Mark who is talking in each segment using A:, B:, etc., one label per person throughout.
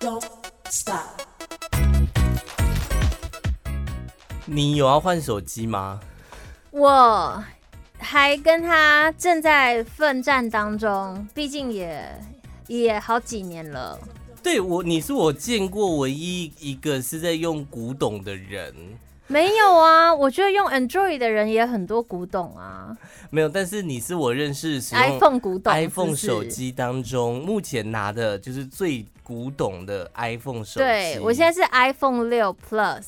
A: don't stop.
B: 你有要换手机吗？
C: 我还跟他正在奋战当中，毕竟也也好几年了。
B: 对我，你是我见过唯一一个是在用古董的人，
C: 没有啊， 我觉得用 Android 的人也很多古董啊
B: 没有，但是你是我认识使用
C: ，iPhone 古董是不
B: iPhone
C: 是
B: 手机当中目前拿的就是最古董的 iPhone 手机。
C: 对我现在是 iPhone 六 Plus，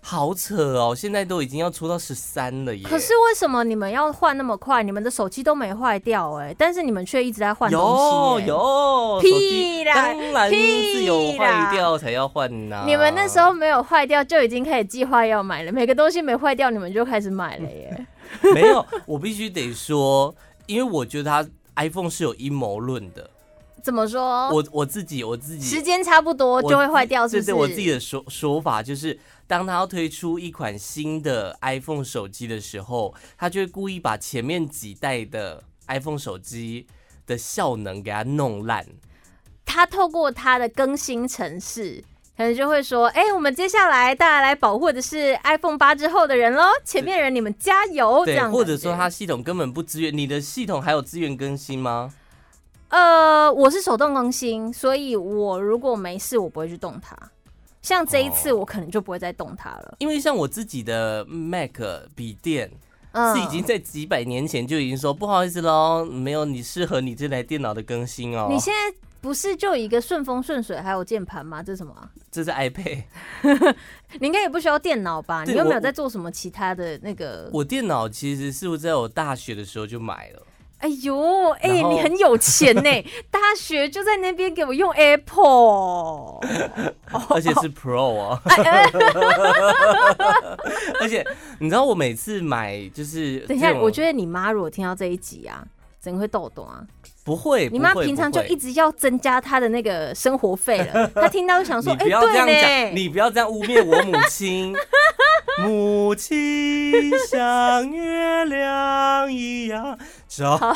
B: 好扯哦，现在都已经要出到十三了耶。
C: 可是为什么你们要换那么快？你们的手机都没坏掉哎、但是你们却一直在换东
B: 有
C: 西、欸。
B: 有
C: 屁
B: 手机
C: 啦
B: 当然是有
C: 屁啦
B: 坏掉才要换呐、
C: 你们那时候没有坏掉，就已经开始计划要买了。每个东西没坏掉，你们就开始买了 耶。
B: 没有，我必须得说，因为我觉得它 iPhone 是有阴谋论的。
C: 怎么说？
B: 我我自己我自己
C: 时间差不多
B: 我
C: 就会坏掉，是不
B: 对
C: 是？
B: 对，我自己的说说法就是，当他要推出一款新的 iPhone 手机的时候，他就会故意把前面几代的 iPhone 手机的效能给它弄烂。
C: 他透过他的更新程式，可能就会说：“哎、我们接下来大家来保护的是 iPhone 八之后的人喽，前面人你们加油。”哦这
B: 对，
C: 样，
B: 或者说它系统根本不支援，你的系统还有资源更新吗？
C: 呃，我是手动更新，所以我如果没事，我不会去动它。像这一次，
B: 哦
C: 我可能就不会再动它了。
B: 因为像我自己的 Mac 笔电
C: 嗯
B: 是已经在几百年前就已经说不好意思喽，没有你适合你这台电脑的更新哦。
C: 你现在不是就一个顺风顺水，还有键盘吗？这是什么啊？
B: 这是 iPad。
C: 你应该也不需要电脑吧？
B: 对
C: 你又没有
B: 我
C: 在做什么其他的那个？
B: 我电脑其实是在我大学的时候就买了，
C: 哎呦，哎、
B: 然后
C: 你很有钱呢、 大学就在那边给我用 Apple，
B: 而且 是 Pro 哦。
C: 哎
B: 而且你知道我每次买就是
C: 等一下，我觉
B: 得
C: 得你妈如果听到这一集啊，整个会豆豆啊。
B: 不会，
C: 你妈
B: 不会
C: 平常就一。
B: 不会
C: 直要增加她的那个生活费 了，她听到就想说，
B: 你
C: 哎、
B: 不要这样讲，
C: 对呢，
B: 你不要这样污蔑我母亲。母亲像月亮一样照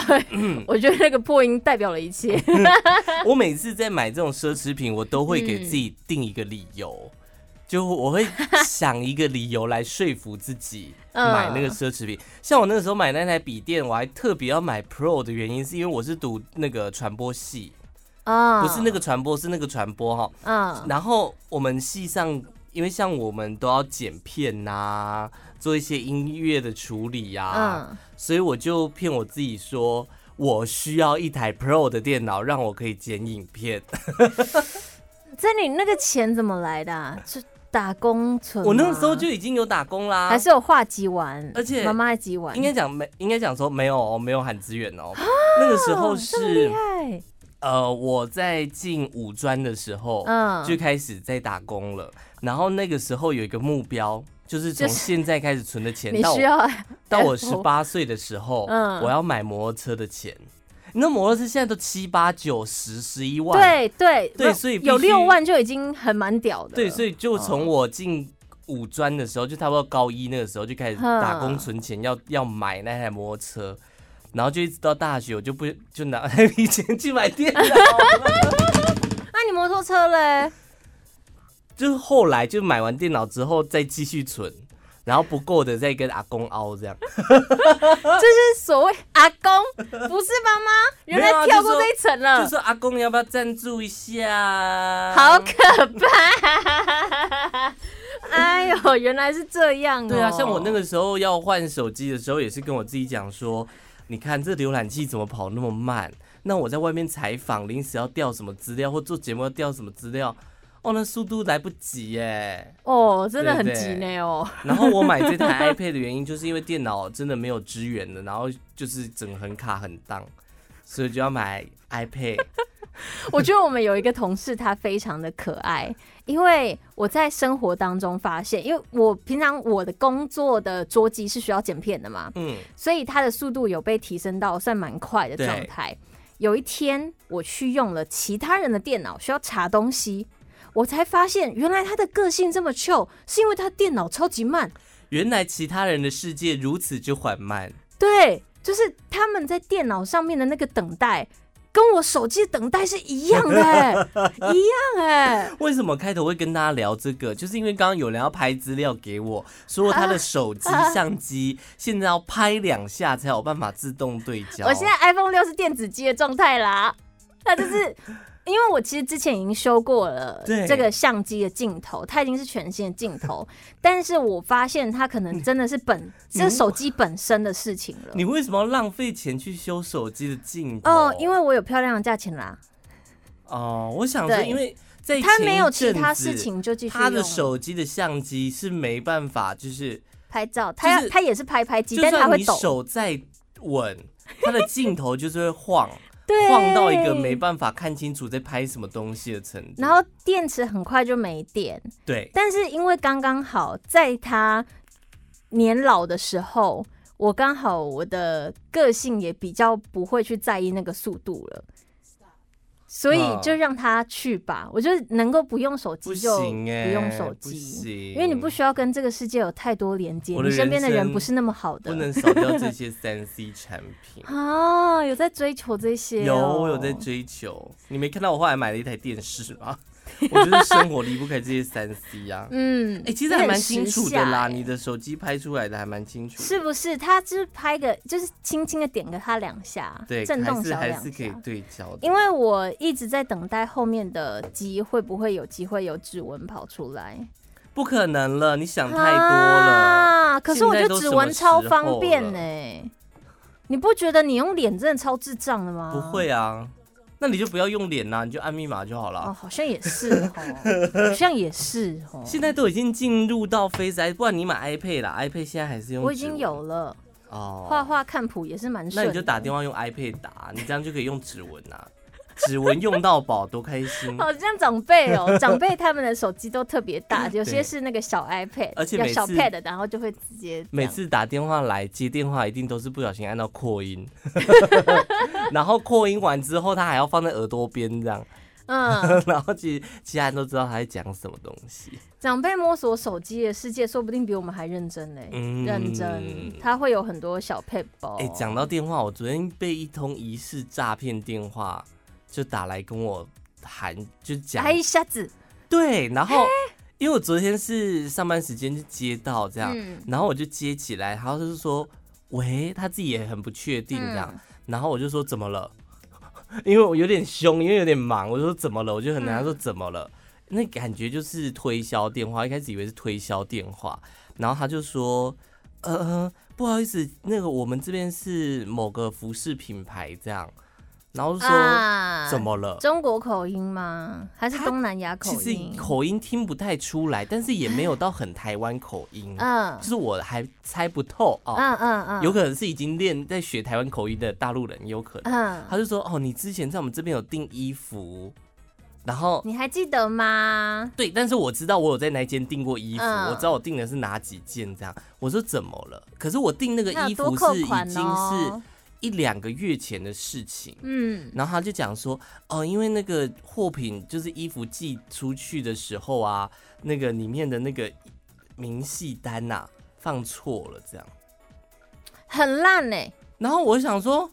C: 我觉得那个破音代表了一 切。
B: 我每次在买这种奢侈品，我都会给自己定一个理
C: 嗯
B: 由，就我会想一个理由来说服自己
C: 嗯
B: 买那个奢侈品。像我那个时候买那台笔电，我还特别要买 Pro 的原因，是因为我是读那个传播系，
C: 啊，
B: 不是那个传播，是那个传播哈。
C: 嗯，
B: 然后我们系上，因为像我们都要剪片呐、做一些音乐的处理呀、
C: 嗯
B: 所以我就骗我自己说，我需要一台 Pro 的电脑，让我可以剪影片。
C: 这你那个钱怎么来的、啊？是打工存吗？
B: 我那时候就已经有打工啦，
C: 还是有画集玩，
B: 而且
C: 妈妈还集玩，
B: 应该讲没，应该讲说没有哦，没有喊资源哦。那个时候
C: 啊这么厉
B: 是
C: 害，
B: 呃，我在进五专的时候，
C: 嗯
B: 就开始在打工了。然后那个时候有一个目标，就是从
C: 就是
B: 现在开始存的钱
C: 你
B: 到我
C: 需要
B: 到我
C: Apple
B: 十八岁的时候，
C: 嗯
B: 我要买摩托车的钱。那摩托车现在都七八九十十一万，
C: 对对
B: 对
C: 不
B: 所以必须
C: 有六万就已经很蛮屌的了。
B: 对，所以就从我进五专的时候，就差不多高一那个时候就开始打工
C: 哼
B: 存钱，要要买那台摩托车，然后就一直到大学，我就不就拿 那笔钱去买电脑 了。
C: 那你摩托车嘞？
B: 就是后来就买完电脑之后再继续存，然后不够的再跟阿公凹这样。
C: 就是所谓阿公，不是 妈妈，原
B: 没有啊啊
C: 来跳过这一层
B: 就
C: 了，
B: 说阿公你要不要赞助一下？
C: 嗯好可怕！ 哎呦，原来是这样哦。
B: 对啊，像我那个时候要换手机的时候，也是跟我自己讲说，你看这浏览器怎么跑那么慢？那我在外面采访，临时要调什么资料，或做节目要调什么资料，哦，那速度来不及耶。
C: 哦，真的很
B: 对对
C: 急呢哦。
B: 然后我买这台 iPad 的原因，就是因为电脑真的没有支援了，然后就是整个很卡很荡，所以就要买 iPad。
C: 我觉得我们有一个同事，他非常的可爱，因为我在生活当中发现，因为我平常我的工作的桌机是需要剪片的嘛，
B: 嗯，
C: 所以它的速度有被提升到算蛮快的状态。有一天我去用了其他人的电脑，需要查东西，我才发现原来他的个性这么 chill，是因为他电脑超级慢。
B: 原来其他人的世界如此之缓慢。
C: 对，就是他们在电脑上面的那个等待。跟我手机等待是一样的、欸，一样哎、欸。
B: 为什么开头会跟大家聊这个？就是因为刚刚有人要拍资料给我，说他的手机相机现在要拍两下才有办法自动对焦。
C: 我现在 iPhone 六是电子机的状态啦， 那就是。因为我其实之前已经修过了这个相机的镜头，它已经是全新的 镜头，但是我发现它可能真的是本这手机本身的事情了。
B: 嗯你为什么要浪费钱去修手机的镜头？
C: 哦，因为我有漂亮的价钱啦。
B: 哦，我想说，因为在
C: 他没有其他事情就继续
B: 他的手机的相机是没办法就是
C: 拍照，他、
B: 就是、
C: 他也是拍拍机，但他会抖。
B: 手再稳，他的镜头就是会 晃。晃到一个没办法看清楚在拍什么东西的程度，
C: 然后电池很快就没电。
B: 对，
C: 但是因为刚刚好在他年老的时候，我刚好我的个性也比较不会去在意那个速度了，所以
B: 啊
C: 就让他去吧。我觉得能够不用手机就不用
B: 欸
C: 手机，因为你不需要跟这个世界有太多连接，你身边的人不是那么好的，
B: 不能少掉这些三 C 产 品
C: 啊。有在追求这些、哦，
B: 有我有在追求。你没看到我后来买了一台电视吗？ 我觉得生活离不开这些三 C 啊。
C: 嗯，
B: 哎、欸，其实还蛮清楚的啦，
C: 欸、
B: 你的手机拍出来的还蛮清楚。
C: 是不是？它就是拍个，就是轻轻的点个它两下，
B: 对，
C: 震动小
B: 还是可以对焦的。
C: 因为我一直在等待后面的机会不会有机会有指纹跑出来。
B: 不可能了，你想太多了。啊！
C: 可是我觉得指纹超方便呢、欸。你不觉得你用脸真的超智障的吗？
B: 不会啊，那你就不要用脸啦、啊，你就按密码就好了。哦，
C: 好像也 是哦，好像也是哦。
B: 现在都已经进入到 Face ID，不然你买 iPad 啦，iPad 现在还是用。
C: 我已经有了
B: 哦，
C: 画画看谱也是蛮
B: 那你就打电话用 iPad 打，你这样就可以用指纹啊，指纹用到宝，多开心！
C: 好像长辈 哦，长辈他们的手机都特别大，有些是那个小 iPad，
B: 而且每
C: 小 Pad，然后就会直接。
B: 每次打电话来接电话，一定都是不小心按到扩 音，然后扩音完之后，他还要放在耳朵边这样。
C: 嗯，
B: 然后其实其他人都知道他在讲什么东西。
C: 长辈摸索手机的世界，说不定比我们还认真呢、欸。
B: 嗯，
C: 认真，他会有很多小 p a p 包。
B: 哎、欸，讲到电话，我昨天被一通疑似诈骗电话。就打来跟我喊，就讲，
C: 哎，一下子，
B: 对，然后因为我昨天是上班时间就接到这样，嗯、然后我就接起来，然后就是说，喂，他自己也很不确定这样，嗯、然后我就说怎么了？ 因为我有点凶，因为有点忙，我说怎么了？我就很难，他说怎么了？嗯、那感觉就是推销电话，一开始以为是推销电话，然后他就说，呃，不好意思，那个我们这边是某个服饰品牌这样。然后说、啊、怎么了？
C: 中国口音吗？还是东南亚口音？
B: 其实口音听不太出来，但是也没有到很台湾口音。
C: 嗯，
B: 就是我还猜不透啊、哦。
C: 嗯嗯嗯，
B: 有可能是已经练在学台湾口音的大陆人，有可能。
C: 嗯，
B: 他就说哦，你之前在我们这边有订衣服，然后
C: 你还记得吗？
B: 对，但是我知道我有在那间订过衣服，嗯、我知道我订的是哪几件这样。我说怎么了？可是我订那个衣服是已经是。一两个月前的事情，
C: 哦嗯，
B: 然后他就讲说，哦，因为那个货品就是衣服寄出去的时候啊，那个里面的那个明细单呐、啊、放错了，这样
C: 很烂呢、欸。
B: 然后我想说，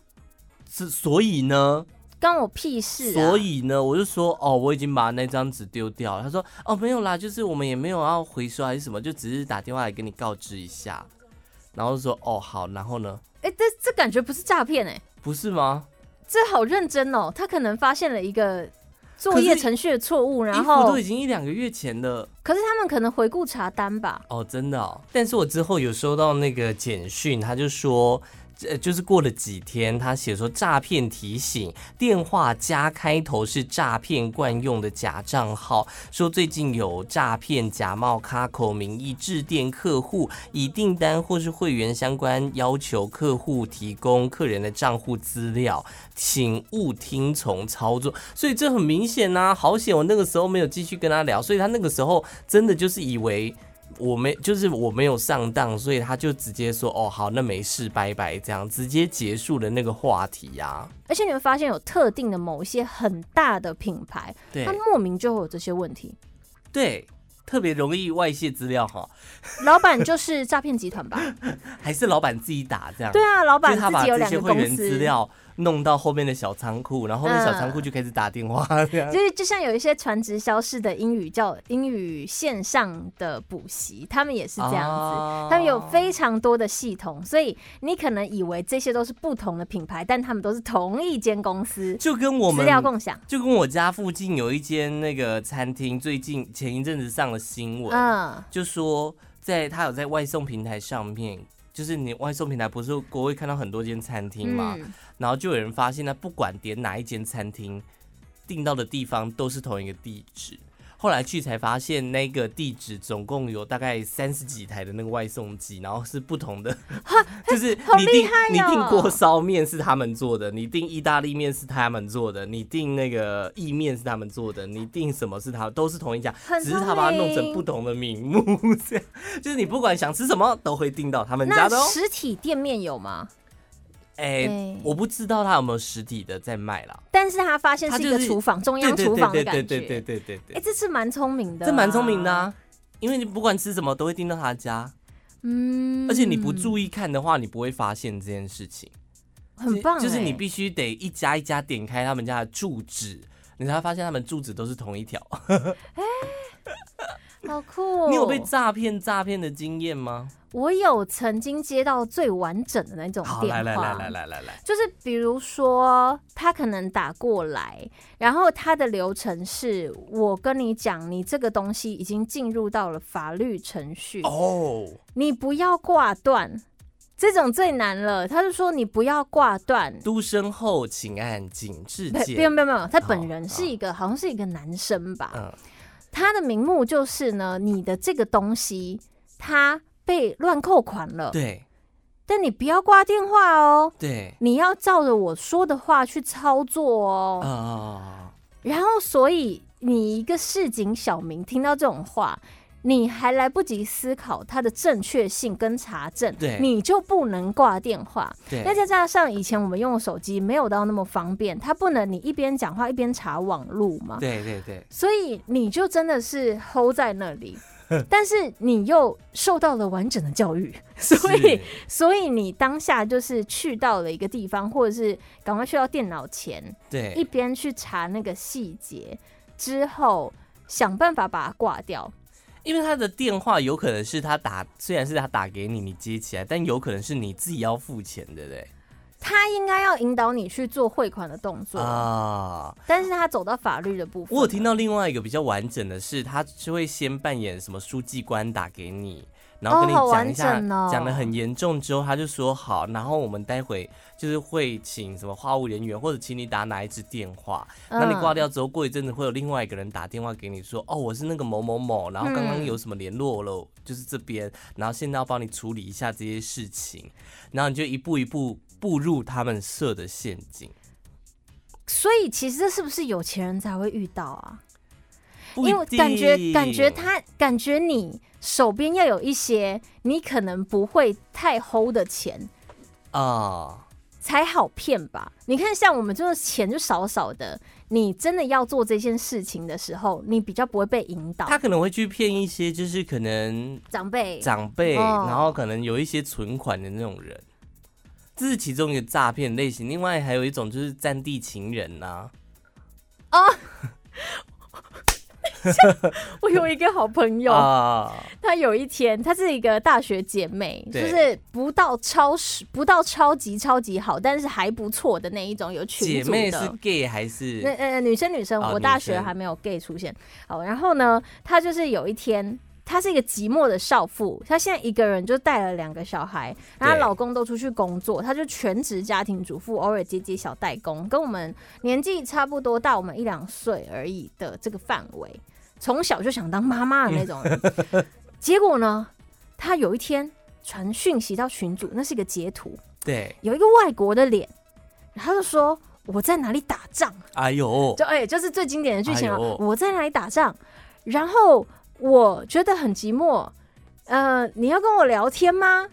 B: 是所以呢，
C: 关我屁事、啊。
B: 所以呢，我就说，哦，我已经把那张纸丢掉了。他说，哦，没有啦，就是我们也没有要回收还是什么，就只是打电话来跟你告知一下。然后说，哦，好，然后呢？
C: 哎、欸，这这感觉不是诈骗哎，
B: 不是吗？
C: 这好认真哦，他可能发现了一个作业程序的错误，然后
B: 都已经一两个月前了。
C: 可是他们可能回顾查单吧？
B: 哦，真的哦。但是我之后有收到那个简讯，他就说，呃，就是过了几天，他写说诈骗提醒，电话加开头是诈骗惯用的假账号，说最近有诈骗假冒卡口名义致电客户，以订单或是会员相关要求客户提供客人的账户资料，请勿听从操作。所以这很明显呐、啊，好险我那个时候没有继续跟他聊，所以他那个时候真的就是以为。我没，就是我没有上当，所以他就直接说哦好，那没事，拜拜，这样直接结束了那个话题呀、啊。
C: 而且你会发现有特定的某一些很大的品牌，它莫名就会有这些问题。
B: 对，特别容易外泄资料哈。
C: 老 板就是诈骗集团吧？
B: 还是老板自己打这样？
C: 对啊，老板
B: 他把
C: 有
B: 这些会员资料弄到后面的小仓库，然后后面小仓库就开始打电 话，这样
C: 就是就像有一些传直销式的英语教英语线上的补习，他们也是这样子，
B: 哦
C: 他们有非常多的系统，所以你可能以为这些都是不同的品牌，但他们都是同一间公司，
B: 就跟我
C: 资
B: 们
C: 料共享。
B: 就跟我家附近有一间那个餐厅，最近前一阵子上了新闻，
C: 嗯，
B: 就说在他有在外送平台上面，就是你外送平台不是国会看到很多间餐厅嘛，
C: 嗯，
B: 然后就有人发现他不管点哪一间餐厅，订到的地方都是同一个地址。后来去才发现，那个地址总共有大概三十几台的那个外送机，然后是不同的， 就是
C: 好
B: 你
C: 厉
B: 订、
C: 害
B: 你订
C: 哦
B: 锅烧面是他们做的，你订意大利面是他们做的，你订那个意面是他们做的，你订什么是他都是同一家，
C: 很
B: 只是他把它弄
C: 聪
B: 成
C: 明
B: 不同的名目，这样就是你不管想吃什么都会订到他们家
C: 那
B: 的哦。
C: 实体店面有吗？
B: 哎、
C: 对
B: 我不知道他有没有实体的在卖啦。
C: 但是他发现是一
B: 它
C: 个
B: 就是
C: 厨房，中
B: 对
C: 央
B: 对
C: 厨
B: 对
C: 房的
B: 对
C: 感
B: 对
C: 觉。
B: 对对对对对，
C: 哎、这是蛮聪明的、
B: 这蛮聪明的。啊，因为你不管吃什么都会订到他家，
C: 嗯，
B: 而且你不注意看的话，你不会发现这件事情。
C: 很棒、
B: 就是
C: 哎
B: 你必须得一家一家点开他们家的住址。你才会发现他们住址都是同一条。
C: 哦好酷、哦。
B: 你有被诈骗诈骗的经验吗？
C: 我有曾经接到最完整的那种
B: 好，
C: 哦电话，
B: 来来来来来来来，
C: 就是比如说他可能打过来，然后他的流程是我跟你讲，你这个东西已经进入到了法律程序，
B: 哦，
C: 你不要挂断。这种最难了，他就说你不要挂断，
B: 都身后请按警示
C: 不不
B: 键。
C: 用不用不用，他本
B: 哦
C: 人是一个、好像是一个男生吧，
B: 嗯
C: 他的名目就是呢，你的这个东西他被乱扣款了，
B: 对
C: 但你不要挂电话哦，
B: 对，
C: 你要照着我说的话去操作哦。
B: 啊、哦，
C: 然后，所以你一个市井小民听到这种话，你还来不及思考它的正确性跟查证，
B: 对
C: 你就不能挂电话。
B: 对，
C: 那再加上以前我们用的手机没有到那么方便，它不能你一边讲话一边查网路嘛，
B: 对对对，
C: 所以你就真的是 hold 在那里。 但是你又受到了完整的教育， 所以
B: 是
C: 所以你当下就是去到了一个地方，或者是赶快去到电脑前，一
B: 对
C: 边去查那个细节，之后想办法把它挂掉。
B: 因为他的电话有可能是他打，虽然是他打给你，你接起来，但有可能是你自己要付钱的，对不对？
C: 他应该要引导你去做汇款的动作，
B: 啊，
C: 但是他走到法律的部分。
B: 我有听到另外一个比较完整的是，他是会先扮演什么书记官打给你，然后跟你
C: 哦好
B: 讲一下，
C: 完整哦
B: 讲的很严重之后，他就说好，然后我们待会就是会请什么话务人员或者请你打哪一支电话，
C: 嗯
B: 那你挂掉之后，过一阵子会有另外一个人打电话给你说，哦，我是那个某某某，然后刚刚有什么联络了，就是这边，然后现在要帮你处理一下这些事情，然后你就一步一步步入他们设的陷阱，
C: 所以其实这是不是有钱人才会遇到啊？
B: 不
C: 因为我感觉
B: 一
C: 感觉
B: 定
C: 他感觉你手边要有一些你可能不会太齁的钱。
B: 啊。
C: 才好骗吧？你看，像我们这种钱就少少的，你真的要做这件事情的时候，你比较不会被引导。
B: 他可能会去骗一些，就是可能
C: 长辈
B: 长辈，
C: 哦
B: 然后可能有一些存款的那种人，这是其中一个诈骗类型。另外还有一种就是战地情人啊呐、
C: 我有一个好朋友，
B: 啊，
C: 她有一天，她是一个大学姐妹，就
B: 对
C: 是不到超时，不到超级超级好，但是还不错的那一种，有群
B: 姐
C: 组
B: 妹是
C: 的。
B: gay 还
C: 那
B: 是
C: 呃，女生女生，
B: 哦
C: 我
B: 女
C: 大学
B: 生
C: 还没有 gay 出现。好，然后呢，她就是有一天，她是一个寂寞的少妇，她现在一个人就带了两个小孩，然后她
B: 对
C: 老公都出去工作，她就全职家庭主妇，偶尔接接小代工，跟我们年纪差不多，大我们一两岁而已的这个范围，从小就想当妈妈的那种人。 结果呢，她有一天传讯息到群主，那是一个截图，
B: 对？
C: 有一个外国的脸，然后她就说我在哪里打仗。
B: 哎呦，
C: 就哎、就是最经典的剧情了、
B: 哎呦
C: 我在哪里打仗？然后我觉得很寂寞，呃，你要跟我聊天吗？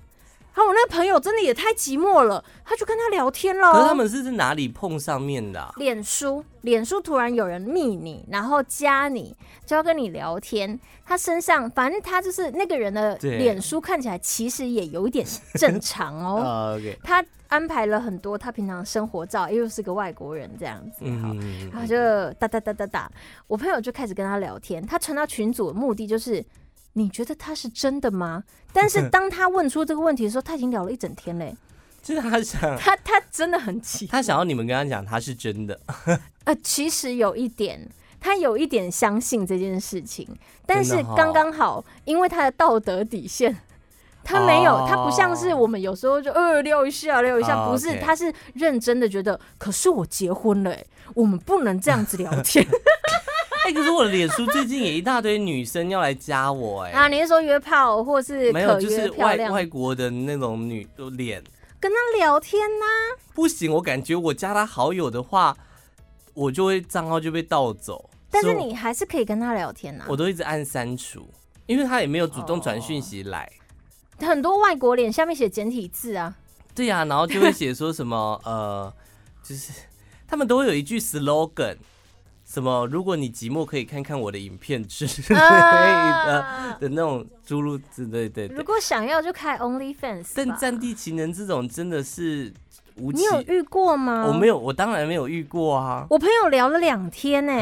C: 他我那个朋友真的也太寂寞了，他就跟他聊天了。
B: 可是他们是在哪里碰上面的啊、
C: 脸书，脸书突然有人密你，然后加你，就要跟你聊天。他身上，反正他就是那个人的
B: 对
C: 脸书看起来其实也有一点正常哦。
B: 啊 OK，
C: 他安排了很多他平常生活照，因为是个外国人这样子。好，
B: 嗯，
C: 然后就哒哒哒哒哒，我朋友就开始跟他聊天。他传到群组的目的就是，你觉得他是真的吗？但是
B: 嗯
C: 当他问出这个问题的时候，他已经聊了一整天嘞。
B: 就是他 想，
C: 他他真的很急。
B: 他想要你们跟他讲他是真的，
C: 呃，其实有一点，他有一点相信这件事情，但
B: 真的
C: 是
B: 哦
C: 刚刚好，因为他的道德底线。他没有，
B: 哦
C: 他不像是我们有时候就呃溜一下溜一下，
B: 哦
C: 不是，
B: OK
C: 他是认真的觉得，可是我结婚了、欸，我们不能这样子聊天
B: 哎、可是我的脸书最近也一大堆女生要来加我、哎、
C: 啊！你是说约炮或是
B: 没有，
C: 可
B: 就是
C: 约漂
B: 外
C: 亮，
B: 外国的那种女脸，
C: 跟他聊天呐、
B: 不行，我感觉我加他好友的话，我就会账号就被盗走。
C: 但是
B: 所以
C: 你啊还是可以跟他聊天呐、
B: 我都一直按删除，因为他也没有主动传讯息来。
C: 哦很多外国脸下面写简体字啊，
B: 对呀、然后就会写说什 么呃，就是他们都会有一句 slogan，什么如果你寂寞可以看看我的影片之类的
C: 啊
B: 的那种诸如此类，对对
C: 如
B: 对。
C: 果想要就开 OnlyFans，
B: 但
C: 吧
B: 《战地情人》这种真的是无
C: 你
B: 奇，
C: 有遇过吗？
B: 我没有，我当然没有遇过啊。
C: 我朋友聊了两天呢、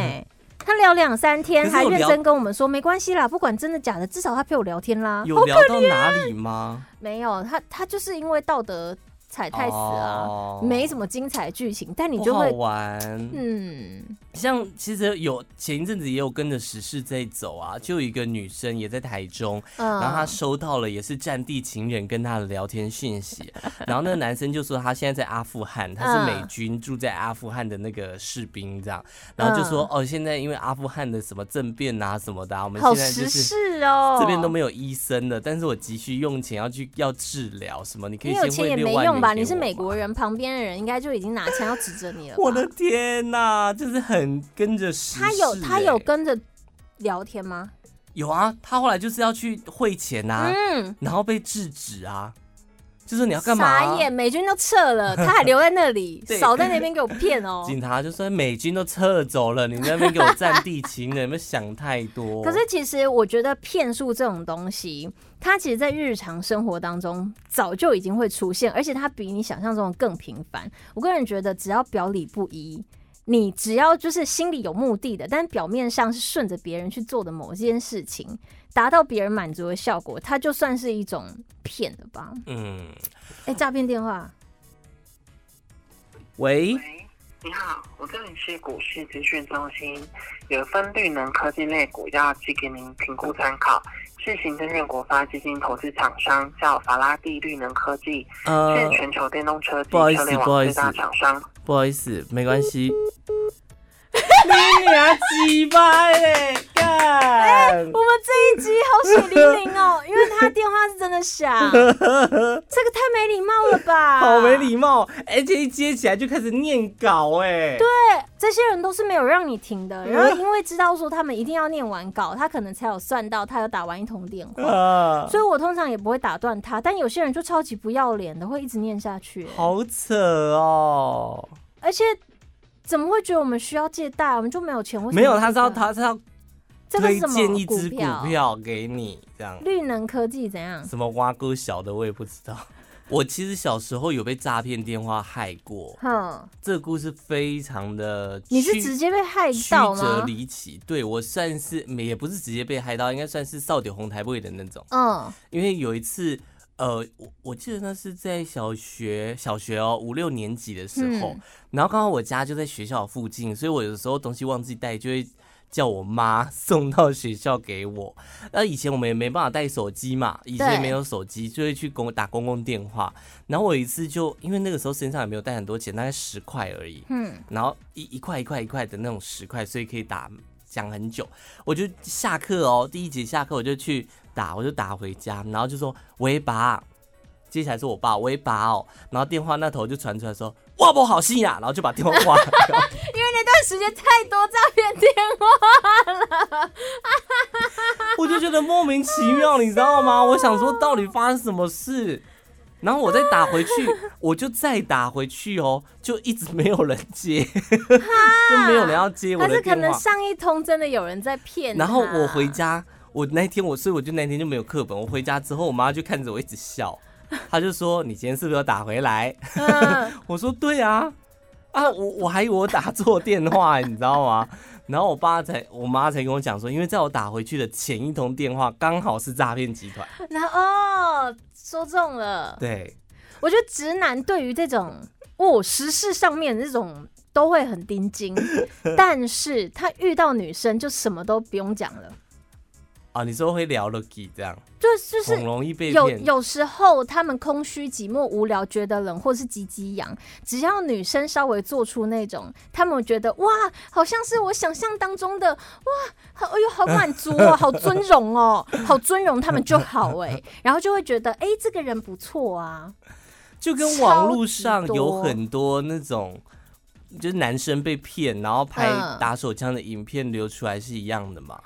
C: 他聊两三天，
B: 可是
C: 还
B: 有
C: 认
B: 聊
C: 真跟我们说没关系啦，不管真的假的，至少他陪我聊天啦。
B: 有聊到哪里吗？
C: 没有他，他就是因为道德踩太死啊，
B: 哦
C: 没什么精彩剧情，但你
B: 不
C: 就
B: 好
C: 会
B: 玩。
C: 嗯，
B: 像其实有前一阵子也有跟着时事在走啊，就有一个女生也在台中，然后她
C: 嗯，
B: 收到了也是战地情人跟她的聊天讯 息，然后那个男生就说他现在在阿富汗，他是美军住在阿富汗的那个士兵这样，然后就说哦现在因为阿富汗的什么政变啊什么的、啊，我们
C: 嗯好
B: 现在就
C: 时
B: 是。
C: 事哦。
B: 这边都没有医生了，但是我急需用钱要去要治疗什么，你可以
C: 你
B: 先
C: 有
B: 汇
C: 钱也
B: 六
C: 没
B: 万
C: 用
B: 元
C: 吧？
B: 给
C: 你是
B: 我
C: 美
B: 吗
C: 国人，旁边的人应该就已经拿枪要指着 你了吧。
B: 我的天呐，就是很跟着时事、
C: 他有他有
B: 欸
C: 跟着聊天吗？
B: 有啊，他后来就是要去汇钱呐、啊，
C: 嗯，
B: 然后被制止啊，就是你要干嘛、啊
C: 傻眼，美军都撤了，他还留在那 里，
B: 对
C: 少在那边给我骗哦。
B: 警察就说美军都撤走了，你在那边给我占地情 人，有没有想太多？
C: 可是其实我觉得骗术这种东西，它其实在日常生活当中早就已经会出现，而且它比你想象中的更频繁。我个人觉得，只要表里不一。你只要就是心里有目的的，但表面上是顺着别人去做的某件事情，达到别人满足的效果，它就算是一种骗了吧？
B: 嗯，
C: 哎、诈骗电话，
B: 喂，
A: 喂，你好，我这里是股市资讯中心，有分绿能科技类股要寄给您评估参考，是行政院国发基金投资厂商，叫法拉第绿能科技，
B: 呃
A: 是，全球电动车及
B: 不好意思
A: 车联网
B: 不好意
A: 最
B: 思
A: 大厂商。
B: 不好意思，没关 系。你俩鸡巴嘞，干！
C: 我们这一集好血淋淋哦，因为他电话是真的 响，这个太没礼貌了吧？
B: 好没礼貌，而且一接起来就开始念稿、哎，对，
C: 对，这些人都是没有让你停
B: 嗯
C: 的，然后因为知道说他们一定要念完稿，他可能才有算到他有打完一通电话，
B: 啊，
C: 所以我通常也不会打断他，但有些人就超级不要脸的，会一直念下去、欸
B: 好扯哦。
C: 而且怎么会觉得我们需要借贷？我们就没有钱？为什么
B: 没有，
C: 要
B: 他
C: 借
B: 是要
C: 贷
B: 他是要
C: 这个
B: 推
C: 是什
B: 荐
C: 么
B: 一只股票给你，这样
C: 绿能科技怎样？
B: 什么挖沟小的我也不知道。 我其实小时候有被诈骗电话害过，
C: 哼，
B: 这个故事非常的
C: 你是
B: 曲
C: 直接被害
B: 曲
C: 到
B: 折
C: 吗？
B: 离奇。对我算是也不是直接被害到，应该算是少点红台位的那种。
C: 嗯，
B: 因为有一次，呃，我我记得那是在小学小学哦五六年级的时候，
C: 嗯
B: 然后刚好我家就在学校附近，所以我有时候东西忘记带，就会叫我妈 送到学校给我。那以前我们也没办法带手机嘛，以前也没有手机，就会去公打公共电话。然后我有一次就因为那个时候身上也没有带很多钱，大概十块而已，
C: 嗯，
B: 然后一一块一块一块的那种十块，所以可以打讲很久。我就下课哦，第一节下课我就去打，我就打回家，然后就说喂爸，接下来是我爸喂爸哦，然后电话那头就传出来说哇不好戏呀、然后就把电话挂 掉。
C: 因为那段时间太多诈骗电话，
B: 我就觉得莫名其妙，你知道吗？我想说到底发生什么事？然后我再打回去，我就再打回去哦，就一直没有人接， 就没有人要接我
C: 但
B: 的
C: 是可
B: 电
C: 能
B: 话。
C: 上一通真的有人在骗他。
B: 然后我回家，我那天我所以我就那天就没有课本。我回家之后，我妈就看着我一直 笑，她就说：“你今天是不是要打回来？”
C: 嗯，
B: 我说对啊，啊，我我还以为我打错电话，欸你知道吗？然后我爸才，我妈才跟我讲说，因为在我打回去的前一通电话刚好是诈骗集团，
C: 然后哦，说中了。
B: 对，
C: 我觉得直男对于这种哦时事上面的这种都会很盯紧，但是他遇到女生就什么都不用讲了，
B: 啊，你说会聊 lucky 这样，
C: 就就是
B: 很容易被
C: 有
B: 骗，
C: 有时候他们空虚、寂寞、无聊，觉得冷，或是鸡鸡痒，只要女生稍微做出那种，他们觉得哇，好像是我想象当中的哇，好哎呦，好满足哦，好尊荣哦，好尊荣他们就好哎、然后就会觉得哎、这个人不错啊，
B: 就跟网络
C: 超
B: 上
C: 级多
B: 有很多那种。就是男生被骗，然后拍
C: 嗯
B: 打手枪的影片流出来是一样的嘛？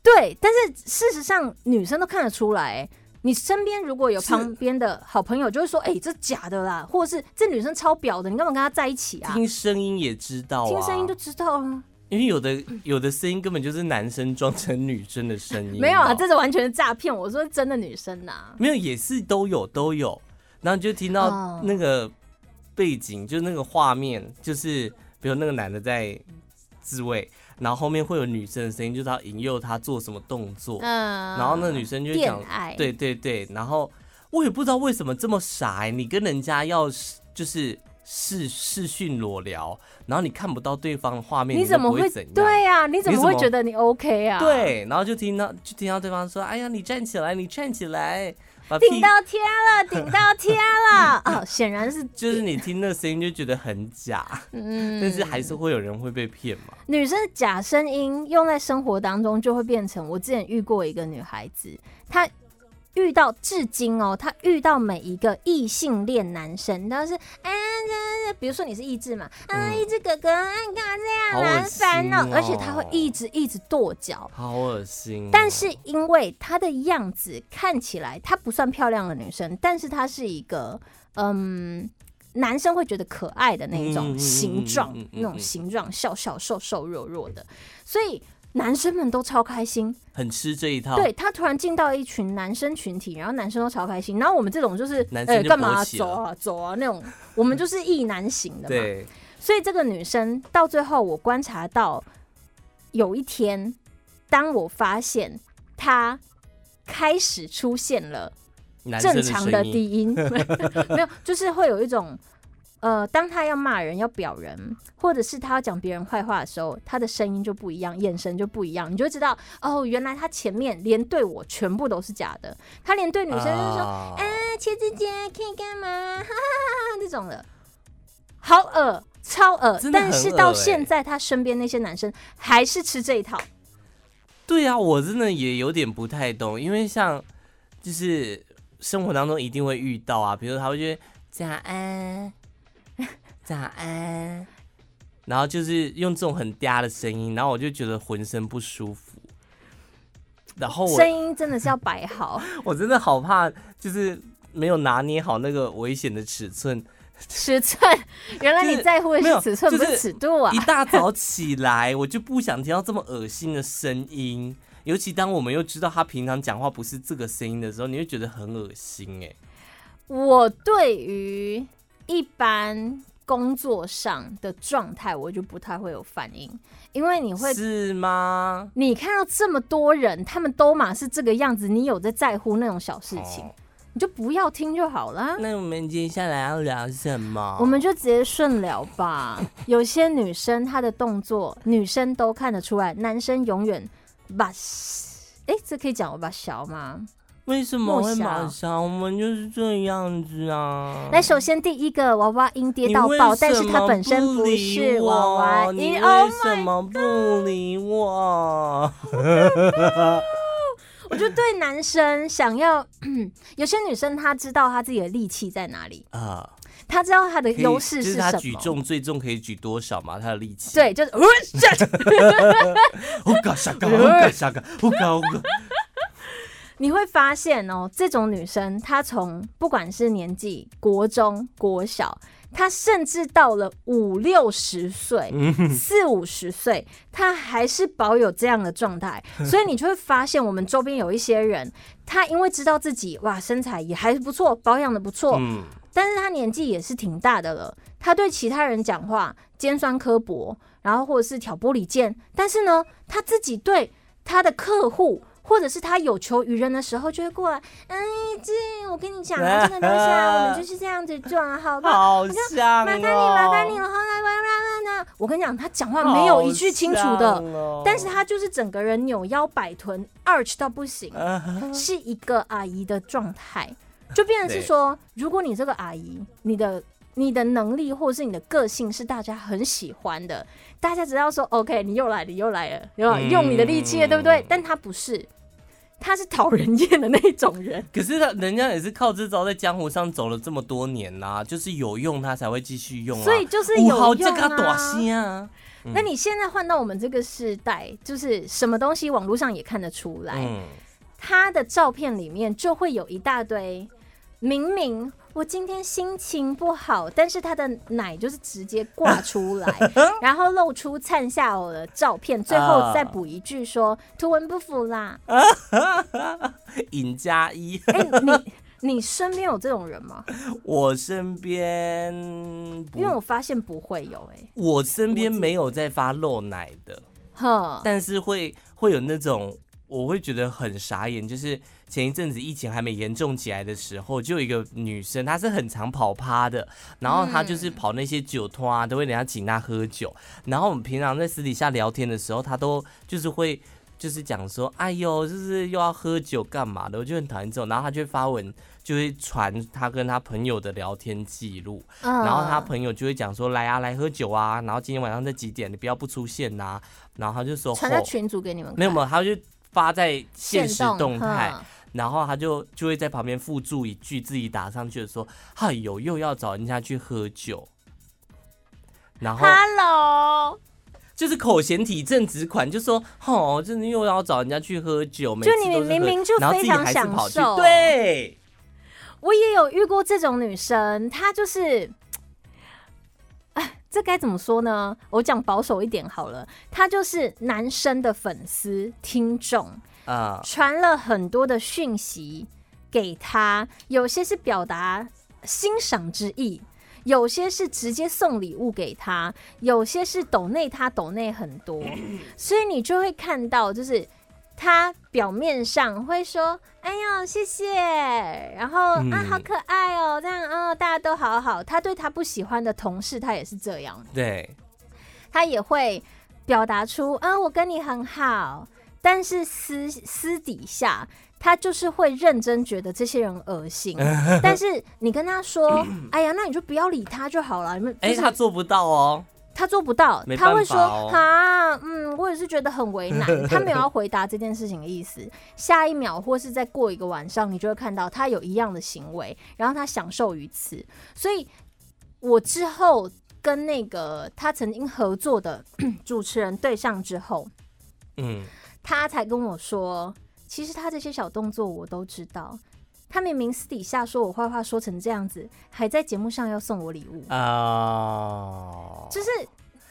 C: 对，但是事实上女生都看得出来、欸你身边如果有
B: 是
C: 旁边的好朋友，就会说：“哎、这假的啦，或者是这女生超婊的，你干嘛跟她在一起啊？”
B: 听声音也知道啊，
C: 听声音就知道啊。
B: 因为有的有的声音根本就是男生装成女生的声音嘛，
C: 没有啊，这是完全是诈骗。我说真的，女生呐、
B: 没有，也是都有都有。然后你就听
C: 哦
B: 到那个背景，就是那个画面，就是比如那个男的在自慰，然后后面会有女生的声音，就是他引诱他做什么动作，
C: 嗯，
B: 然后那女生就会
C: 恋
B: 讲，
C: 爱，
B: 对对对，然后我也不知道为什么这么傻、欸，你跟人家要是就是视视讯裸聊，然后你看不到对方的画面，
C: 你怎
B: 就
C: 么
B: 不
C: 会
B: 会怎样？
C: 对啊？你怎么
B: 你怎
C: 会
B: 么
C: 觉得你 OK 啊？，
B: 对，然后就听到就听到对方说：“哎呀，你站起来，你站起来，把屁
C: 顶到天了，顶到天了 哦，显然是
B: 就是你听那声音就觉得很假，
C: 嗯，
B: 但是还是会有人会被骗嘛。
C: 女生的假声音用在生活当中，就会变成我之前遇过一个女孩子，她遇到至今哦，她遇到每一个异性恋男生，但是哎、这这比如说你是意志嘛，啊，
B: 嗯
C: 意志哥哥，啊，你干嘛这样
B: 好
C: 啊，
B: 恶
C: 很烦哦
B: 心，哦
C: 而且她会一直一直跺脚。
B: 好恶心哦、
C: 但是因为她的样子看起来，她不算漂亮的女生，但是她是一个嗯，男生会觉得可爱的那
B: 嗯嗯嗯
C: 种
B: 嗯
C: 形状，
B: 嗯嗯
C: 那种
B: 嗯
C: 形状，小小瘦瘦弱弱的，所以。男生们都超开心，
B: 很吃这一套，
C: 对她突然进到一群男生群体，然后男生都超开心，然后我们这种就是，
B: 男生
C: 呃，
B: 就
C: 干嘛
B: 勃
C: 啊
B: 起了
C: 走啊走啊那种，我们就是意男型的嘛，
B: 对
C: 所以这个女生到最后，我观察到有一天，当我发现她开始出现了
B: 男生
C: 正
B: 的
C: 常
B: 声
C: 的
B: 音
C: 低音， 没有，就是会有一种。呃，当她要骂人、要表人，或者是她要讲别人坏话的时候，她的声音就不一样，眼神就不一样，你就会知道哦，原来她前面连对我全部都是假的，她连对女生就是说
B: 啊
C: 啊，茄子姐可以干嘛？ 哈哈哈哈这种的，好恶，超恶。
B: 真的很恶
C: 但是到
B: 欸
C: 现在，他身边那些男生还是吃这一套。
B: 对啊，我真的也有点不太懂，因为像就是生活当中一定会遇到啊，比如他会觉得早安，早安，然后就是用这种很嗲的声音，然后我就觉得浑身不舒服。然后我
C: 声音真的是要 摆好，
B: 我真的好怕，就是没有拿捏好那个危险的尺寸。
C: 尺寸。原来
B: 就是
C: 你在乎的
B: 没
C: 是
B: 有
C: 尺寸，
B: 就
C: 不是
B: 是
C: 尺度啊
B: 一！大早起来，我就不想听到这么恶心的声音。尤其当我们又知道他平常讲话不是这个声音的时候，你会觉得很恶心哎、
C: 我对于一般工作上的状态，我就不太会有反应，因为你会。
B: 是吗？
C: 你看到这么多人，他们都嘛是这个样子，你有在在乎那种小事情，
B: 哦
C: 你就不要听就好啦。
B: 那我们接下来要聊什么？
C: 我们就直接顺聊吧。有些女生她的动作，女生都看得出来，男生永远把哎、这可以讲我把小
B: 嗯
C: 吗？
B: 为什么会
C: 莫小
B: 马上？我们就是这样子啊。
C: 来，首先第一个娃娃音跌到
B: 你为
C: 爆，但是
B: 什
C: 它
B: 么
C: 本身
B: 不
C: 不
B: 理
C: 是
B: 我
C: 娃娃
B: 你
C: 音。
B: 为
C: Oh
B: 什么不理我？
C: 我就对男生想要， 有些女生她知道她自己的力气在哪里，
B: 啊，
C: 她知道她的
B: 可以
C: 优势
B: 就是
C: 什
B: 他
C: 么。
B: 举重最重可以举多少嘛？他的力气。Oh
C: 对，就是，呃
B: 呼嘎沙嘎，呼嘎沙嘎，呼嘎呼嘎。
C: 你会发现哦，这种女生她从不管是年纪国中、国小，她甚至到了五六十岁、四五十岁，她还是保有这样的状态。所以你就会发现，我们周边有一些人，她因为知道自己哇身材也还不错，保养的不错，
B: 嗯，
C: 但是她年纪也是挺大的了，她对其他人讲话尖酸刻薄，然后或者是挑拨离间，但是呢，她自己对她的客户。或者是她有求于人的时候，就会过来，哎，这我跟你讲啊，这个东西啊，我们就是这样子做啊，好不好？
B: 好像
C: 麻烦你，麻烦你了，后来，哇啦啦啦，我跟你讲，她讲话啊没有一句清楚的，
B: 哦
C: 但是她就是整个人扭腰摆臀，arch 到不行，
B: 嗯
C: 是一个阿姨的状态，就变成是说，如果你这个阿姨，你的你的能力或者是你的个性是大家很喜欢的，大家只要说 OK，你又来了，你又来了，又来了
B: 嗯
C: 用你的力气了，对不对？但她不是，她是讨人厌的那种人，
B: 可是他人家也是靠这招在江湖上走了这么多年啦、就是有用他才会继续用啊。
C: 所以就是
B: 五
C: 有
B: 号
C: 用
B: 这个短
C: 啊。
B: 信啊，
C: 那你现在换到我们这个时代，就是什么东西网络上也看得出来，
B: 嗯，
C: 他的照片里面就会有一大堆，明明我今天心情不好，但是他的奶就是直接挂出 来，然后露出灿下我的照片，最后再补一句
B: 啊
C: 说图文不符 啦。
B: 尹加一，
C: 哎、你你身边有这种人吗？
B: 我身边不
C: 因为我发现不会有、哎，
B: 我身边没有在发露奶的，
C: 呵，
B: 但是会会有那种我会觉得很傻眼，就是前一阵子疫情还没严重起来的时候，就有一个女生，她是很常跑趴的，然后她就是跑那些酒托啊，都会人家请她喝酒，然后我们平常在私底下聊天的时候，她都就是会。就是讲说，哎呦，就是又要喝酒干嘛的，我就很讨厌这种。然后她就会发文，就会传她跟她朋友的聊天记录，
C: 嗯
B: 然后他朋友就会讲说，来啊，来喝酒啊，然后今天晚上这几点你不要不出现呐、然后他就说，
C: 传
B: 吼
C: 到群组给你们看，
B: 哦没有没有，他就发在现实动态，
C: 哼
B: 然后他就就会在旁边附注一句自己打上去的说，哎呦，又要找人家去喝酒，然后
C: ，Hello。
B: 就是口嫌体正直款，就说，哦，真的又要找人家去喝酒，每
C: 就
B: 次
C: 你
B: 都是喝
C: 明明就
B: 然后自己
C: 非常
B: 还是
C: 享
B: 跑去
C: 受
B: 对，
C: 我也有遇过这种女生，她就是，哎，这该怎么说呢？我讲保守一点好了，她就是男生的粉丝听众，
B: 啊、
C: 传了很多的讯息给他，有些是表达欣赏之意。有些是直接送礼物给他，有些是抖内他抖内很多，所以你就会看到，就是他表面上会说“哎呦谢谢”，然后、
B: 嗯
C: 啊好可爱哦，这样哦大家都好好。他对他不喜欢的同事，他也是这样，
B: 对，
C: 他也会表达出，嗯，我跟你很好，但是私私底下，他就是会认真觉得这些人恶心。但是你跟他说，哎呀，那你就不要理他就好了。你们
B: 哎、
C: 就是
B: 他做不到哦，
C: 他做不到
B: 没，
C: 他会
B: 办
C: 说
B: 法哦
C: 啊，嗯，我也是觉得很为 难。他没有要回答这件事情的意思。下一秒或是再过一个晚上，你就会看到他有一样的行为，然后他享受于此。所以，我之后跟那个他曾经合作的 主持人对上之后，
B: 嗯，
C: 他才跟我说，其实他这些小动作我都知道。他明明私底下说我坏话说成这样子，还在节目上要送我礼物，
B: 啊、
C: 就是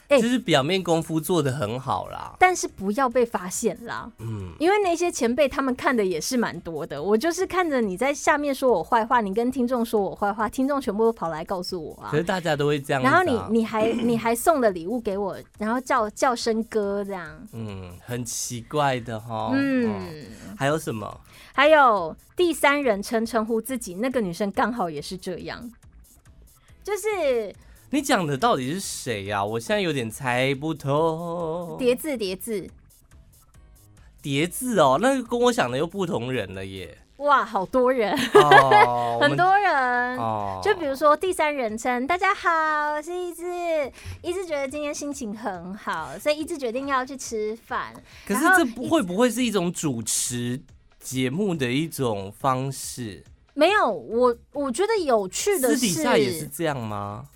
C: 欸
B: 就是表面功夫做的很好啦。
C: 但是不要被发现啦。
B: 嗯，
C: 因为那些前辈他们看的也是蛮多的，我就是看着你在下面说我坏话，你跟听众说我坏话，听众全部都跑来告诉我啊
B: 可。是大家都会这样、
C: 然
B: 啊。
C: 后你你还 你还送了礼物给我，然后叫叫声哥这样，
B: 嗯，很奇怪的哈。嗯，
C: 嗯，
B: 还有什么？
C: 还有第三人称称呼自己，那个女生刚好也是这样，就是
B: 你讲的到底是谁呀、我现在有点猜不透。
C: 叠字叠字，
B: 叠字哦，那跟我想的又不同人了耶。
C: 哇，好多人，
B: 哦
C: 很多人，
B: 哦
C: 就比如说第三人称，大家好，我是一只，一只觉得今天心情很好，所以一只决定要去吃饭。
B: 可是
C: 然后
B: 这不会不会是一种主持节目的一种方式？
C: 没有我，我觉得有趣的
B: 私
C: 是，
B: 底下也是这样吗？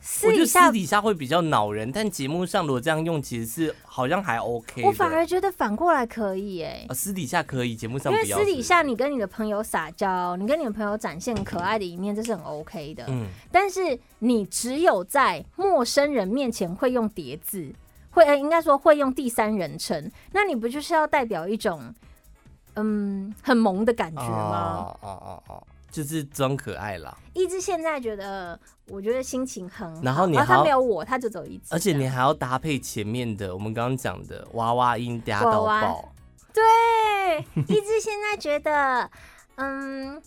B: 我
C: 私
B: 觉得
C: 底下
B: 私底下会比较恼人，但节目上如果这样用，其实是好像还 OK 的。
C: 我反而觉得反过来可以哎、
B: 啊私底下可以，节目上
C: 因为
B: 不要。
C: 私底，下你跟你的朋友撒娇，你跟你的朋友展现可爱的一面，这是很 OK 的。
B: 嗯，
C: 但是你只有在陌生人面前会用叠字，会、呃应该说会用第三人称，那你不就是要代表一种嗯很萌的感觉吗？
B: 哦哦哦哦，就是装可爱啦。
C: 一只现在觉得，呃我觉得心情很好，
B: 然后你
C: 啊
B: 还
C: 他
B: 要
C: 没有我，他就走一只，
B: 而且你还要搭配前面的我们刚刚讲的娃娃音嗲到
C: 娃娃
B: 爆，
C: 对，一只现在觉得嗯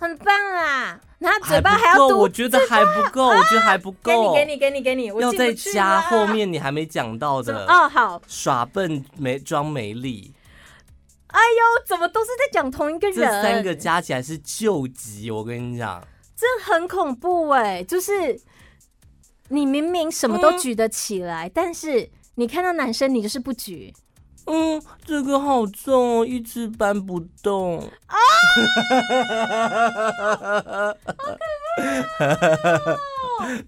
C: 很棒啊，然后嘴巴还
B: 不
C: 要
B: 够，
C: 嘟
B: 我，觉得还不够，我觉得还不
C: 给你
B: 够，
C: 啊给你给你给你，我
B: 要
C: 进不
B: 再
C: 去
B: 加
C: 了
B: 后面你还没讲到
C: 怎么
B: 的
C: 哦好，
B: 耍笨没装没力，
C: 哎呦，怎么都是在讲同一个人？
B: 这三个加起来是救急，我跟你讲，
C: 真的很恐怖哎、就是你明明什么都举得起来，但是你看到男生你就是不举，
B: 嗯，这个好重哦，一直搬不动。啊！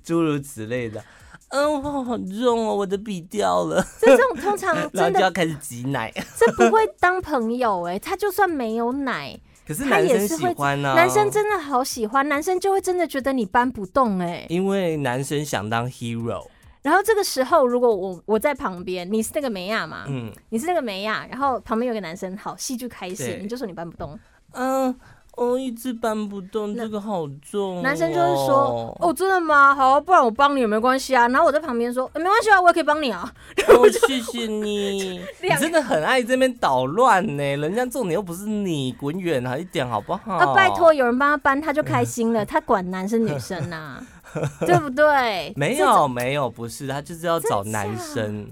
B: 诸如此类的，嗯，我好重哦，我的笔掉了，
C: 这这种通常
B: 然
C: 真
B: 后就要
C: 的
B: 开始挤奶。
C: 这不会当朋友哎、他就算没有奶，
B: 可是
C: 他
B: 男
C: 也
B: 生
C: 是
B: 喜
C: 会
B: 欢呢、
C: 男生，真的好喜欢，男生就会真的觉得你搬不动哎、
B: 因为男生想当 hero，
C: 然后这个时候如果我我在旁边，你是那个梅亚嘛，
B: 嗯
C: 你是那个梅亚，然后旁边有个男生，好戏剧开始，
B: 对
C: 你就说你搬不动，
B: 嗯，哦，一直搬不动，
C: 那
B: 这个好重哦、
C: 男生就是说：“哦，真的吗？好啊，不然我帮你也没关系啊。”然后我在旁边说、呃没关系啊，我也可以帮你啊。
B: 哦，谢谢你，你
C: 两个
B: 真的很爱这边捣乱呢。人家重点又不是你，滚远啊一点好不好？
C: 啊，拜托，，有人帮他搬，他就开
B: 嗯
C: 心了。他管男生女生 呐、对不对？
B: 没
C: 这种，啊
B: 有没有，不是，他就是要找男生，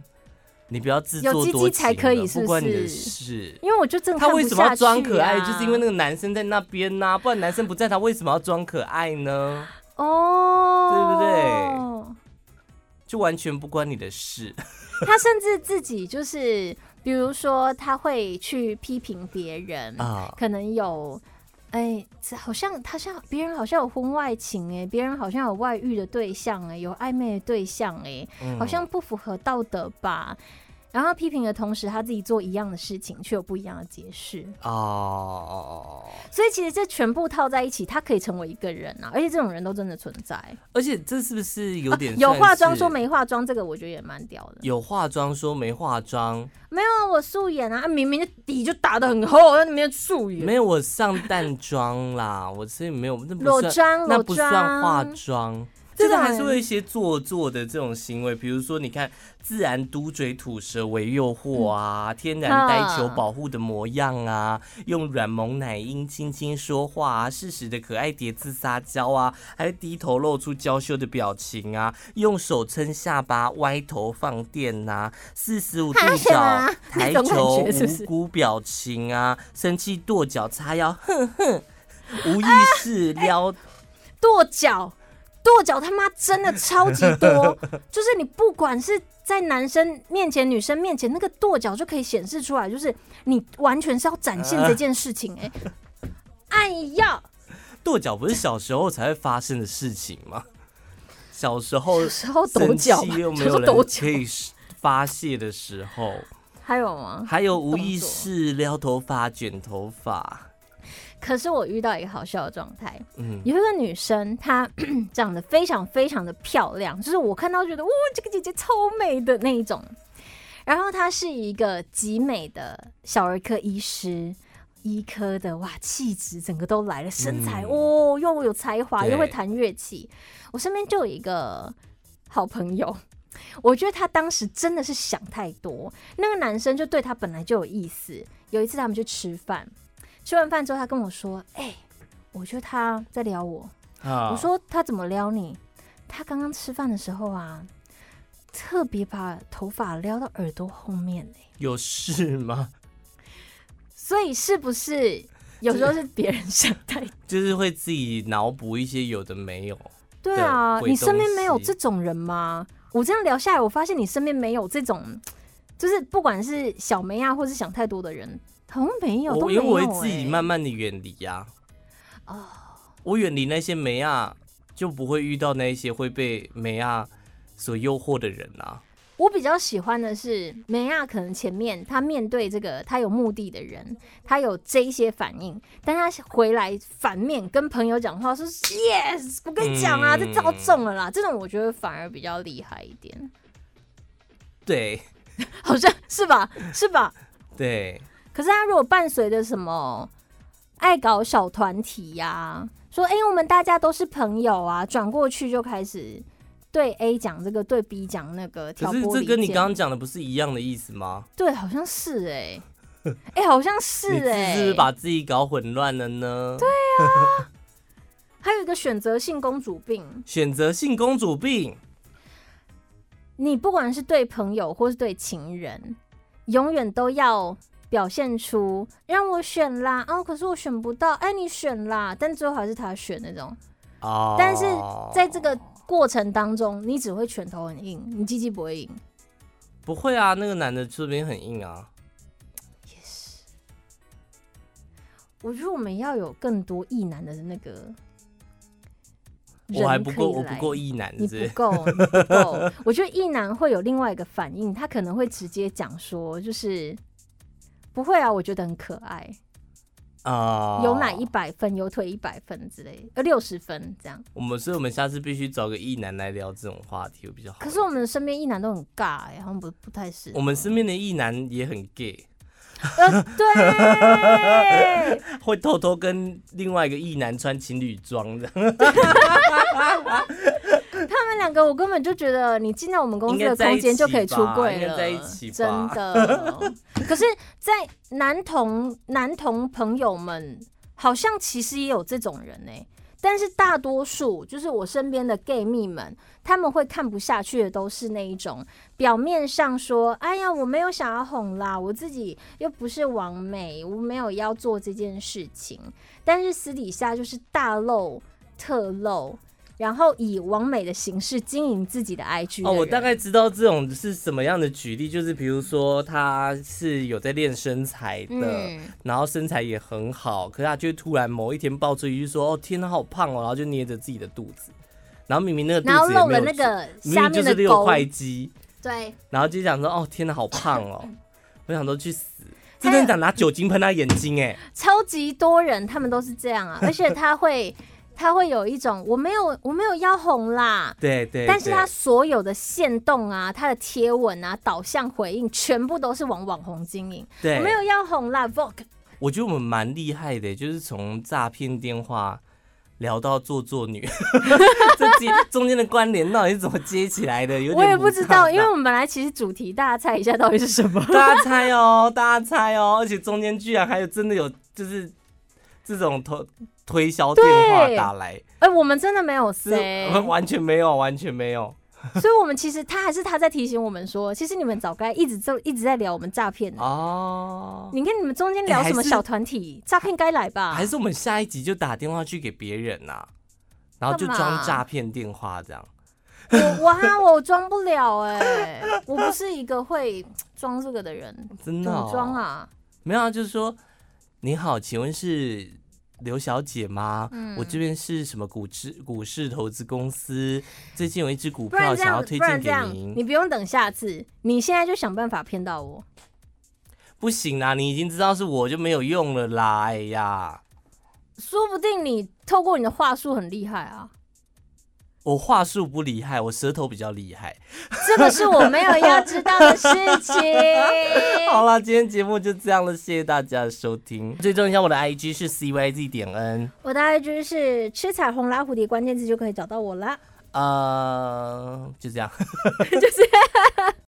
B: 你不要自作
C: 有鸡鸡
B: 多情
C: 才可以
B: 了
C: 是不
B: 不关你的
C: 是
B: 事。
C: 因为我就真的
B: 他
C: 看不
B: 为什么
C: 下
B: 要
C: 去啊、
B: 装可爱？就是因为那个男生在那边呐、不然男生不在，他为什么要装可爱呢？
C: 哦，对
B: 就完全不关你的 事。
C: 不对？他甚至自己就是，比如说他会去批评别人，
B: 啊
C: 可能有。哎、这好像他像别人好像有婚外情哎、别人好像有外遇的对象哎、有暧昧的对象哎、
B: 嗯
C: 好像不符合道德吧。然后批评的同时，他自己做一样的事情，却有不一样的解释。
B: 啊哦，
C: 所以其实这全部套在一起，他可以成为一个人啊！而且这种人都真的存在。
B: 而且这是不是有点、
C: 啊有化妆说？没化妆，这个我觉得也蛮屌的。
B: 有化妆说没化妆，
C: 没有啊，我素颜啊，啊明明就底就打的很厚，那里面素颜。
B: 没有，我上淡妆 啦，我所以没有，那不
C: 裸
B: 算
C: 妆
B: 那
C: 裸
B: 不算化
C: 妆啊
B: 妆。
C: 这
B: 这个
C: 种
B: 还是
C: 人
B: 会有一些做作的这种行为，比如说你看自然嘟嘴吐舌为诱惑
C: 嗯
B: 啊，天然呆球
C: 啊
B: 保护的模样啊，用软萌奶音轻轻说话啊，适时的可爱叠字撒娇啊，还有低头露出娇羞的表情啊，用手撑下巴歪头放电啊呐、四十五度
C: 哈什
B: 角
C: 么
B: 抬
C: 那种感
B: 头
C: 觉是不
B: 无
C: 是
B: 辜表情啊，生气跺脚叉腰，哼
C: 啊
B: 哼，无意识撩
C: 跺脚，跺脚他妈真的超级多， 就是你不管是在男生面前、女生面前，那个跺脚就可以显示出来，就是你完全是要展现这件事情、
B: 啊
C: 哎、哎呀，
B: 跺脚，不是小时候才会发生的事情吗？小时候
C: 有时候抖
B: 生
C: 脚
B: 气
C: 嘛，
B: 又没
C: 时
B: 有
C: 候抖
B: 人
C: 脚
B: 可，以发泄的时候，
C: 还有吗？
B: 还有无
C: 动
B: 意
C: 作
B: 识撩头发、卷头发，
C: 可是我遇到一个好笑的状态，
B: 嗯，
C: 有一个女生，她 长得非常非常的漂亮，就是我看到觉得哇，这个姐姐超美的那一种。然后她是一个集美的小儿科医师，医科的哇，气质整个都来了，身材、
B: 嗯
C: 哦，又有才华，
B: 对
C: 又会弹乐器。我身边就有一个好朋友，我觉得他当时真的是想太多。那个男生就对他本来就有意思。有一次他们去吃饭，吃完饭之后他跟我说：“哎、我觉得他在撩我。
B: 啊
C: 我说：“他怎么撩你？”他刚刚吃饭的时候啊，特别把头发撩到耳朵后面、欸、
B: 有事吗？
C: 所以是不是有时候是别人想太多？
B: 就是会自己脑补一些有的没有，
C: 对啊，
B: 鬼
C: 你身边没有
B: 东西
C: 这种人吗？我这样聊下来，我发现你身边没有这种，就是不管是小梅啊，或是想太多的人，好像没有，都
B: 我
C: 没
B: 因为
C: 有、
B: 我
C: 欸。
B: 啊会自己慢慢的远离呀。
C: 哦
B: 我远离那些梅亚啊就不会遇到那一些会被美亚所诱惑的人啊。
C: 我比较喜欢的是梅亚，可能前面他面对这个他有目的的人，他有这一些反应，但他回来反面跟朋友讲话说 yes，我跟你讲啊，
B: 嗯
C: 这招中了啦，这种我觉得反而比较厉害一点，
B: 对
C: 好像是吧？是吧？
B: 对，
C: 可是他如果伴随着什么爱搞小团体呀、说哎、诶我们大家都是朋友啊，转过去就开始对 A 讲这个，对 B 讲那个，挑
B: 可
C: 拨
B: 是这
C: 离
B: 跟你
C: 间
B: 刚刚讲的不是一样的意思吗？
C: 对，好像是哎、 欸，哎、好像是
B: 你
C: 哎、
B: 是不是把自己搞混乱了呢？对，
C: 还有一个选择性公主病，
B: 选择性公主病，
C: 你不管是对朋友或是对情人，永远都要表现出让我选啦，哦，可是我选不到，哎，你选啦，但最后还是他选那种。
B: 哦，
C: 但是在这个过程当中，你只会拳头很硬，你鸡鸡不会硬。
B: 不会啊，那个男的这边很硬啊，
C: 我觉得我们要有更多意男的那个人可以来。
B: 我还不够，我不够意男
C: 你
B: 是不是
C: 不够，你不够。我觉得一男会有另外一个反应，他可能会直接讲说，就是不会啊，我觉得很可爱，
B: 啊，
C: 有奶一百分，有腿一百分之类，呃，六十分这样。
B: 我们所以我们下次必须找个异男来聊这种话题会比较好。
C: 可是我们身边一男都很尬、欸，好像不不太是
B: 我们身边的异男也很 gay，
C: 呃，对，
B: 会偷偷跟另外一个异男穿情侣装 的，
C: 他们两个我根本就觉得你进到我们公司的空间就可以出柜
B: 应该
C: 了，
B: 在一起吧
C: 真的。 可是，在男同男同朋友们，好像其实也有这种人呢、但是大多数就是我身边的 gay 蜜们，他们会看不下去的都是那一种表面上说：“哎呀，我没有想要哄啦，我自己又不是完美，我没有要做这件事情。”但是私底下就是大露特露，然后以完美的形式经营自己的 IG
B: 哦，
C: 的
B: 我
C: 人
B: 大概知道这种是什么样的举例，就是比如说他是有在练身材的，
C: 嗯，
B: 然后身材也很好，可是他就会突然某一天爆出一句说：“哦，天哪，好胖哦！”然后就捏着自己的肚子，然后明明那个肚
C: 然后
B: 子也
C: 露
B: 没有
C: 了那个
B: 明
C: 下
B: 明就
C: 面
B: 是
C: 的
B: 六
C: 沟，
B: 块 肌，
C: 对，
B: 然后就想说：“哦，天哪，好胖哦！” 我想说去死，
C: 还有
B: 真的想拿酒精喷他眼睛哎、
C: 超级多人他们都是这样啊，而且他会他会有一种我没有我没有要红啦。
B: 对对
C: 但是
B: 对
C: 他所有的线动啊，他的贴文啊，导向回应，全部都是往网红经营。
B: 对
C: 我没有要红啦，Vogue
B: 我觉得我们蛮厉害的，就是从诈骗电话聊到做作女， 这接中间的关联到底是怎么接起来的？有点
C: 我也不知
B: 无常
C: 道，
B: 啊。
C: 因为我们本来其实主题大家猜一下到底是什么
B: 大家猜哦，大家猜哦，而且中间居然还有真的有就是这种推推销电话打来，
C: 哎、我们真的没有
B: 是
C: 塞，
B: 完全没有，完全没有
C: 所以我们其实他还是他在提醒我们说，其实你们早该一直就一直在聊我们诈骗的。
B: 哦。
C: 你看你们中间聊
B: 哎还
C: 什么
B: 是
C: 小团体诈骗该来吧？
B: 还是我们下一集就打电话去给别人呐、然后就
C: 干嘛
B: 装诈骗电话这样。
C: 我我哈我装不了哎、我不是一个会装这个的人，
B: 真
C: 怎
B: 的、
C: 么
B: 哦？
C: 装啊？
B: 没有啊，就是说，您好，请问是刘小姐吗？
C: 嗯
B: 我这边是什么股市股市投资公司，最近有一只股
C: 不
B: 票
C: 然这
B: 想要
C: 样，
B: 推
C: 不
B: 荐
C: 然这
B: 给
C: 样，你
B: 您。
C: 不用等下次，你现在就想办法骗到我。
B: 不行啦，你已经知道是我就没有用了啦。哎呀，
C: 说不定你透过你的话术很厉害 啊，
B: 我话术不厉害，我舌头比较厉害。
C: 这个是我没有要知道的事情。哎
B: 好啦，今天节目就这样了，谢谢大家的收听。最重要，我的 IG 是 CYZ 点 N。
C: 我的 IG 是吃彩虹拉蝴蝶，关键字就可以找到我啦。
B: 呃，就这样。